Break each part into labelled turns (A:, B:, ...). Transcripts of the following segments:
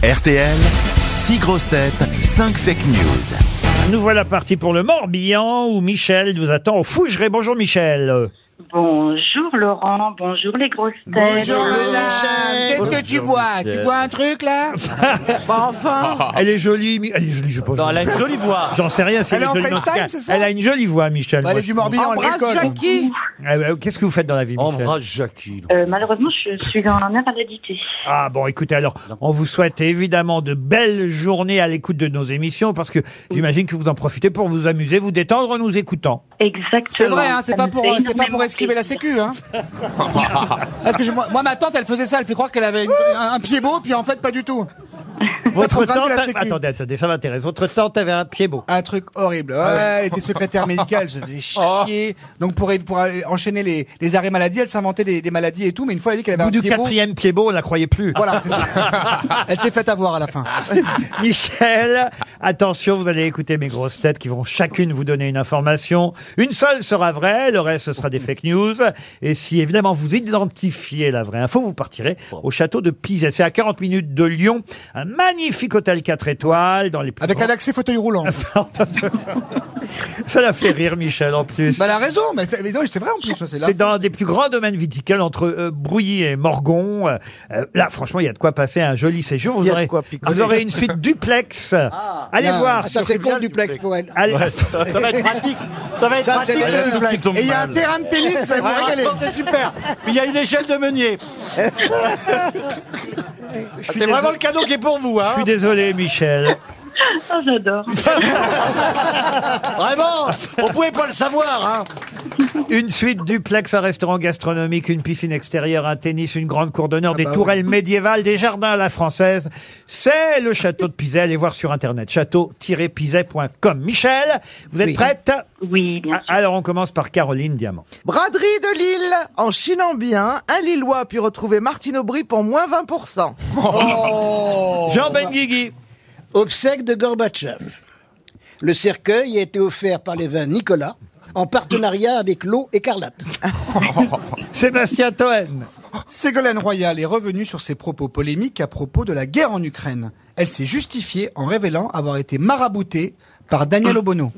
A: RTL, 6 grosses têtes, 5 fake news.
B: Nous voilà partis pour le Morbihan où Michel nous attend au Fougeray. Bonjour Michel.
C: Bonjour Laurent, bonjour les grosses têtes.
D: Bonjour Lola, qu'est-ce que tu bois Tu bois un truc là Bah, Enfin
B: Elle est jolie, Mi- elle est jolie, je sais pas.
E: Dans la jolie voix.
B: J'en sais rien, c'est
D: Elle est en
B: jolie. mais en tout
D: FaceTime,
B: cas,
D: c'est ça
B: elle a une jolie voix, Michel.
D: Bah, Elle
B: Moi,
D: est du Morbihan, elle
F: Embrasse
D: déconne.
F: Jackie
B: Euh, Qu'est-ce que vous faites dans la vie, Michel
E: Embrasse Jackie.
C: Euh, malheureusement, je suis dans un invalidité.
B: Ah bon, écoutez, alors, on vous souhaite évidemment de belles journées à l'écoute de nos émissions parce que j'imagine que vous en profitez pour vous amuser, vous détendre en nous écoutant.
C: Exactement.
D: C'est vrai, hein, c'est
C: Ça
D: pas
C: me
D: pour,
C: fait
D: c'est pas pour
C: énormément
D: esquiver la
C: plaisir.
D: sécu. Hein. Parce que je- moi, moi, ma tante, elle faisait ça, elle fait croire qu'elle avait une- un, un pied beau, puis en fait, pas du tout.
B: Votre
D: programme
B: tante,
D: de la
B: a-
D: sécu.
B: attendez, attendez, ça m'intéresse. Votre tante avait un pied beau.
D: Un truc horrible. Ouais, Elle était secrétaire médicale, je faisais chier. Donc pour, pour aller enchaîner les, les arrêts maladie, elle s'inventait des, des maladies et tout, mais une fois, elle a dit qu'elle avait
B: Au bout du
D: un pied beau.
B: quatrième pied beau, on la croyait plus.
D: Voilà, c'est ça. Elle s'est faite avoir à la fin.
B: Michel, attention, vous allez écouter mes grosses têtes qui vont chacune vous donner une information. Une seule sera vraie, le reste ce sera des fake news. Et si évidemment vous identifiez la vraie info, vous partirez au château de Pizet. C'est à 40 minutes de Lyon, un magnifique hôtel 4 étoiles dans les plus
D: Avec
B: grands-
D: un accès fauteuil roulant.
B: Ça la fait rire Michel en plus.
D: Bah, elle a raison, mais c'est mais non, c'est vrai en plus. C'est là.
B: C'est dans des plus grands domaines viticoles entre euh, Brouilly et Morgon. Euh, euh, là, franchement, il y a de quoi passer un joli séjour. Vous,
D: Il y a de
B: aurez,
D: quoi picoler. Ah,
B: vous aurez une suite duplex. allez
D: Là,
B: voir.
D: Ça,
B: sur-
D: c'est contre duplex pour elle.
B: allez-
E: Eh, Ça va être pratique. Ça va être
D: Ça, c'est
E: pratique.
D: vrai.
E: le duplex.
D: Et il y a un terrain de tennis, ça va vous régaler.
E: Attends, Ah, C'est super. Il y a une échelle de meunier.
G: Ah,
B: je suis
E: C'est vraiment
B: désolé-
E: le cadeau qui est pour vous.
B: Je
E: Hein.
B: suis désolé, Michel.
C: Ah, j'adore.
E: Vraiment. On pouvait pas le savoir. Hein.
B: Une suite duplex, un restaurant gastronomique, une piscine extérieure, un tennis, une grande cour d'honneur, des
D: bah
B: tourelles médiévales, des jardins à la française. C'est le château de Pizet. Allez voir sur internet château-pizet.com. Michel, vous êtes
F: Oui.
B: prête
C: Oui, bien
B: Ah,
C: sûr.
B: Alors on commence par Caroline Diamant.
F: Braderie de Lille. En Chinambien, un Lillois a pu retrouver Martine Aubry pour moins 20%.
B: Jean Benguigui.
G: Obsèques de Gorbatchev. Le cercueil a été offert par les vins Nicolas en partenariat avec l'eau écarlate.
B: Sébastien Toen.
D: Ségolène Royal est revenue sur ses propos polémiques à propos de la guerre en Ukraine. Elle s'est justifiée en révélant avoir été maraboutée par Daniel Obono.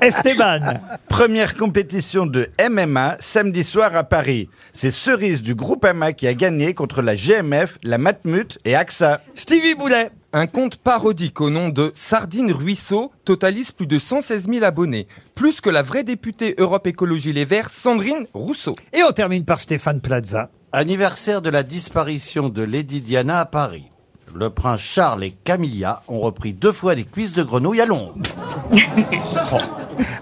B: Esteban.
H: Première compétition de MMA samedi soir à Paris. C'est Cerise du groupe AMA qui a gagné contre la GMF, la Matmut et AXA.
B: Stevie Boulet.
I: Un compte parodique au nom de Sardine Ruisseau totalise plus de 116 000 abonnés, plus que la vraie députée Europe Écologie Les Verts, Sandrine Rousseau.
B: Et on termine par Stéphane Plaza.
E: Anniversaire de la disparition de Lady Diana à Paris. Le prince Charles et Camilla ont repris deux fois des cuisses de grenouille à Londres.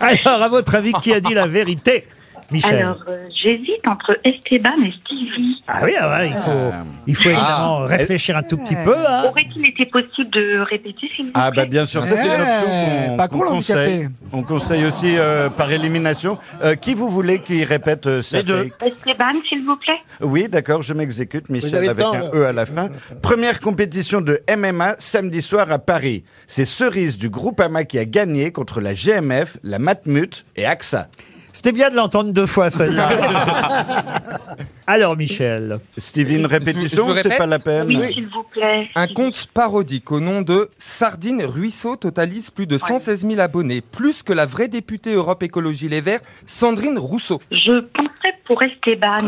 B: Alors à votre avis, qui a dit la vérité Michel.
C: Alors, euh, j'hésite entre Esteban et Stevie.
B: ah oui, ah ouais, il faut, il faut évidemment réfléchir un tout petit peu. hein.
C: Aurait-il été possible de répéter, s'il vous plaît
H: Ah bah bien sûr, ça c'est une option qu'on
D: Eh, pas con,
H: qu'on
D: l'handicapé.
H: conseille. On conseille aussi euh, par élimination. Euh, qui vous voulez qui répète euh, ça
E: Les deux.
H: fait-
C: Esteban, s'il vous plaît
H: Oui, d'accord, je m'exécute, Michel,
G: avez
H: avec
G: le temps,
H: un
G: là.
H: E à la fin. Première compétition de MMA samedi soir à Paris. C'est Cerise du groupe AMA qui a gagné contre la GMF, la Matmut et AXA.
B: C'était bien de l'entendre deux fois celle-là. Alors Michel.
H: Stevie,
I: Je-
H: une
I: je
H: répétition,
I: vous
H: c'est
I: répète
H: pas la
D: Euh,
H: peine.
C: Oui, s'il vous plaît.
I: Un compte parodique au nom de Sardine Ruisseau totalise plus de 116 000 abonnés, plus que la vraie députée Europe Écologie Les Verts, Sandrine Rousseau.
C: Je penserais pour Esteban.
B: Oh,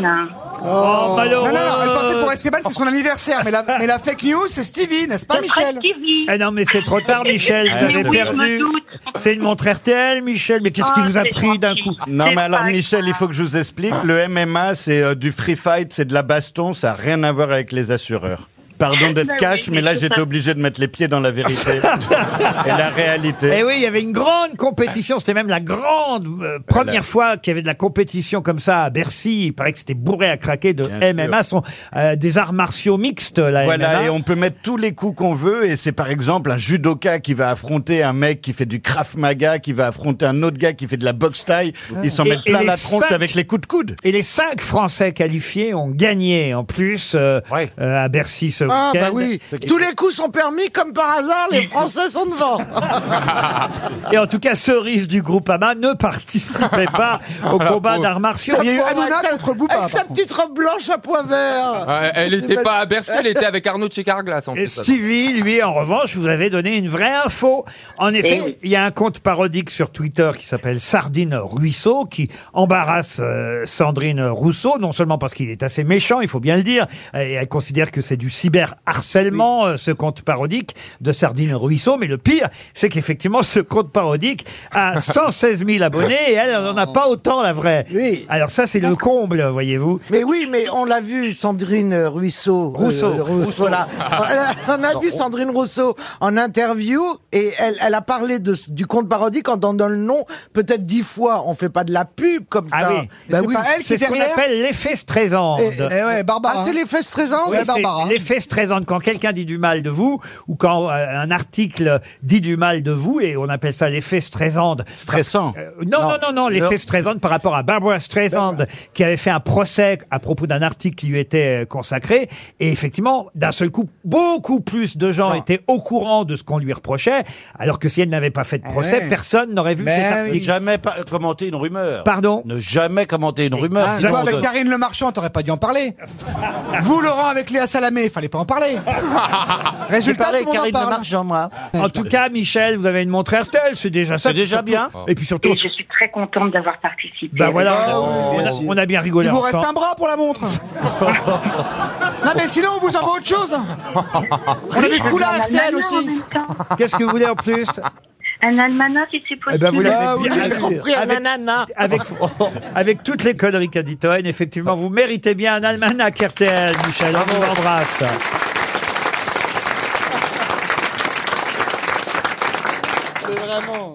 D: Non,
B: malheureux.
D: non, non, elle partait pour Esteban, c'est son anniversaire. Mais la, mais la fake news, c'est Stevie, n'est-ce pas,
C: Ce serait
D: Michel
C: Stevie.
B: Ah non, mais c'est trop tard, Michel.
H: Ah,
B: Vous avez
H: c'est
C: oui, je me
B: perdu.
C: doute.
B: C'est une montre RTL, Michel. Mais qu'est-ce qui
C: Ah,
B: vous a
C: c'est
B: pris d'un coup
C: gentil.
H: Non,
C: C'est
H: mais alors,
C: pas
H: Michel, il
C: grave.
H: faut que je vous explique.
C: Ah.
H: Le MMA, c'est euh, du free fight, c'est de la baston, ça n'a rien à voir avec les assureurs. Pardon
C: Bah
H: d'être
C: oui,
H: cash,
C: mais
H: mais là,
C: c'est
H: j'étais
C: ça.
H: obligé de mettre les pieds dans la vérité et la
B: Eh
H: réalité.
B: oui, il y avait une grande compétition. C'était même la grande euh, première fois qu'il y avait de la compétition comme ça à Bercy. Il paraît que c'était bourré à craquer de
H: Bien sûr.
B: MMA. Ce sont euh, des arts martiaux mixtes, la
H: Voilà,
B: MMA.
H: et on peut mettre tous les coups qu'on veut, et c'est par exemple un judoka qui va affronter un mec qui fait du krav maga, qui va affronter un autre gars qui fait de la boxe taille, ils s'en
B: Et-
H: mettent
B: et
H: plein
B: les
H: la tronche
B: cinq-
H: avec les coups de coude.
B: Et les cinq Français qualifiés ont gagné en plus euh,
E: Ouais.
B: euh, à Bercy ce
F: Ah
B: week-end.
F: bah oui,
B: Ce qui-
F: tous les coups sont permis comme par hasard, les Français sont devant.
B: Et en tout cas, Cerise du groupe AMA ne participait pas au combat d'arts martiaux.
D: Il y a eu
F: Pauvre,
D: Hanouna
F: avec sa-
D: contre Booba,
F: Avec sa
D: par contre.
F: petite robe blanche à pois vert.
I: Ah, elle
F: ben,
I: n'était pas à Bercy, elle était avec Arnaud de chez Carglass en
B: Et
I: plus.
B: Stevie, lui, en revanche, vous avez donné une vraie info. En effet,
C: Eh oui.
B: il y a un compte parodique sur Twitter qui s'appelle Sardine Ruisseau, qui embarrasse euh, Sandrine Rousseau, non seulement parce qu'il est assez méchant, il faut bien le dire, et elle considère que c'est du cyberharcèlement, euh, ce compte parodique de Sardine Ruisseau, mais le pire, c'est qu'effectivement, ce compte parodique a 116 000 abonnés, et elle elle n'en a pas autant, la vraie.
F: Oui.
B: Alors ça, c'est le comble, voyez-vous.
F: Mais oui, mais on l'a vu, Sandrine euh, Ruisseau.
B: Rousseau. Ah.
F: Rousseau. Voilà. On a- On a vu Sandrine Rousseau en interview et elle, elle a parlé de, du compte parodique en donnant le nom peut-être dix fois. On fait pas de la pub comme
B: Ah
F: ça.
B: oui.
F: Bah
D: C'est
F: oui.
D: pas elle qui
B: C'est
D: est
B: ce qu'on
D: derrière
B: appelle l'effet Streisand.
D: Eh ouais, Barbara.
F: Ah, c'est les fesses trésantes
B: Oui,
D: Ouais,
B: c'est
D: Barbara.
B: L'effet Streisand, quand quelqu'un dit du mal de vous, ou quand euh, un article dit du mal de vous, et on appelle ça l'effet Streisand.
E: Stressant.
B: Euh, non, non, non, non, l'effet Streisand par rapport à Barbara Streisand, qui avait fait un procès à propos d'un article qui lui était euh, consacré. Et effectivement, d'un seul coup, beaucoup plus de gens étaient au courant de ce qu'on lui reprochait, alors que si elle n'avait pas fait de procès,
D: ouais.
B: personne n'aurait vu
D: Mais
B: cet
D: oui.
E: Ne
B: article.
E: jamais pa- commenter une rumeur.
B: Pardon Ah,
E: Ne jamais commenter une rumeur.
D: Tu vois,
E: sinon on
D: avec
E: donne-
D: Karine Le Marchand, t'aurais pas dû en parler. Vous, Laurent, avec Léa Salamé, fallait pas en parler.
E: J'ai
D: Résultat,
E: parlé avec
D: tout le monde en
E: Karine
D: parle.
E: Lemarchand, moi.
B: En tout cas, Michel, vous avez une montre RTL, c'est déjà ça.
E: C'est déjà bien.
B: Et puis surtout,
C: Et je suis très contente d'avoir participé.
B: Bah voilà,
D: Ah
B: on a-
D: oui,
B: on, a,
D: merci.
B: on a bien rigolé
D: Il vous reste
B: ensemble.
D: un bras pour la montre. non, mais sinon, on vous envoie autre chose. On avait le
C: Un
D: foulard RTL
C: almanach en
D: aussi.
C: même temps.
B: Qu'est-ce que vous voulez en plus
C: Un almanach, si c'est possible.
B: Eh ben, vous l'avez
D: Ah oui,
B: bien-
D: j'ai
B: avec-
D: compris.
B: avec,
F: Nanana.
B: avec, avec toutes les conneries qu'a dit Toen, effectivement, vous méritez bien un almanach RTL, Michel. On vous embrasse.